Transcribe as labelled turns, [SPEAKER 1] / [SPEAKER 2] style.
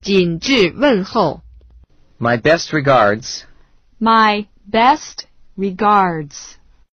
[SPEAKER 1] 谨致问候。
[SPEAKER 2] My best regards.
[SPEAKER 3] My best regards.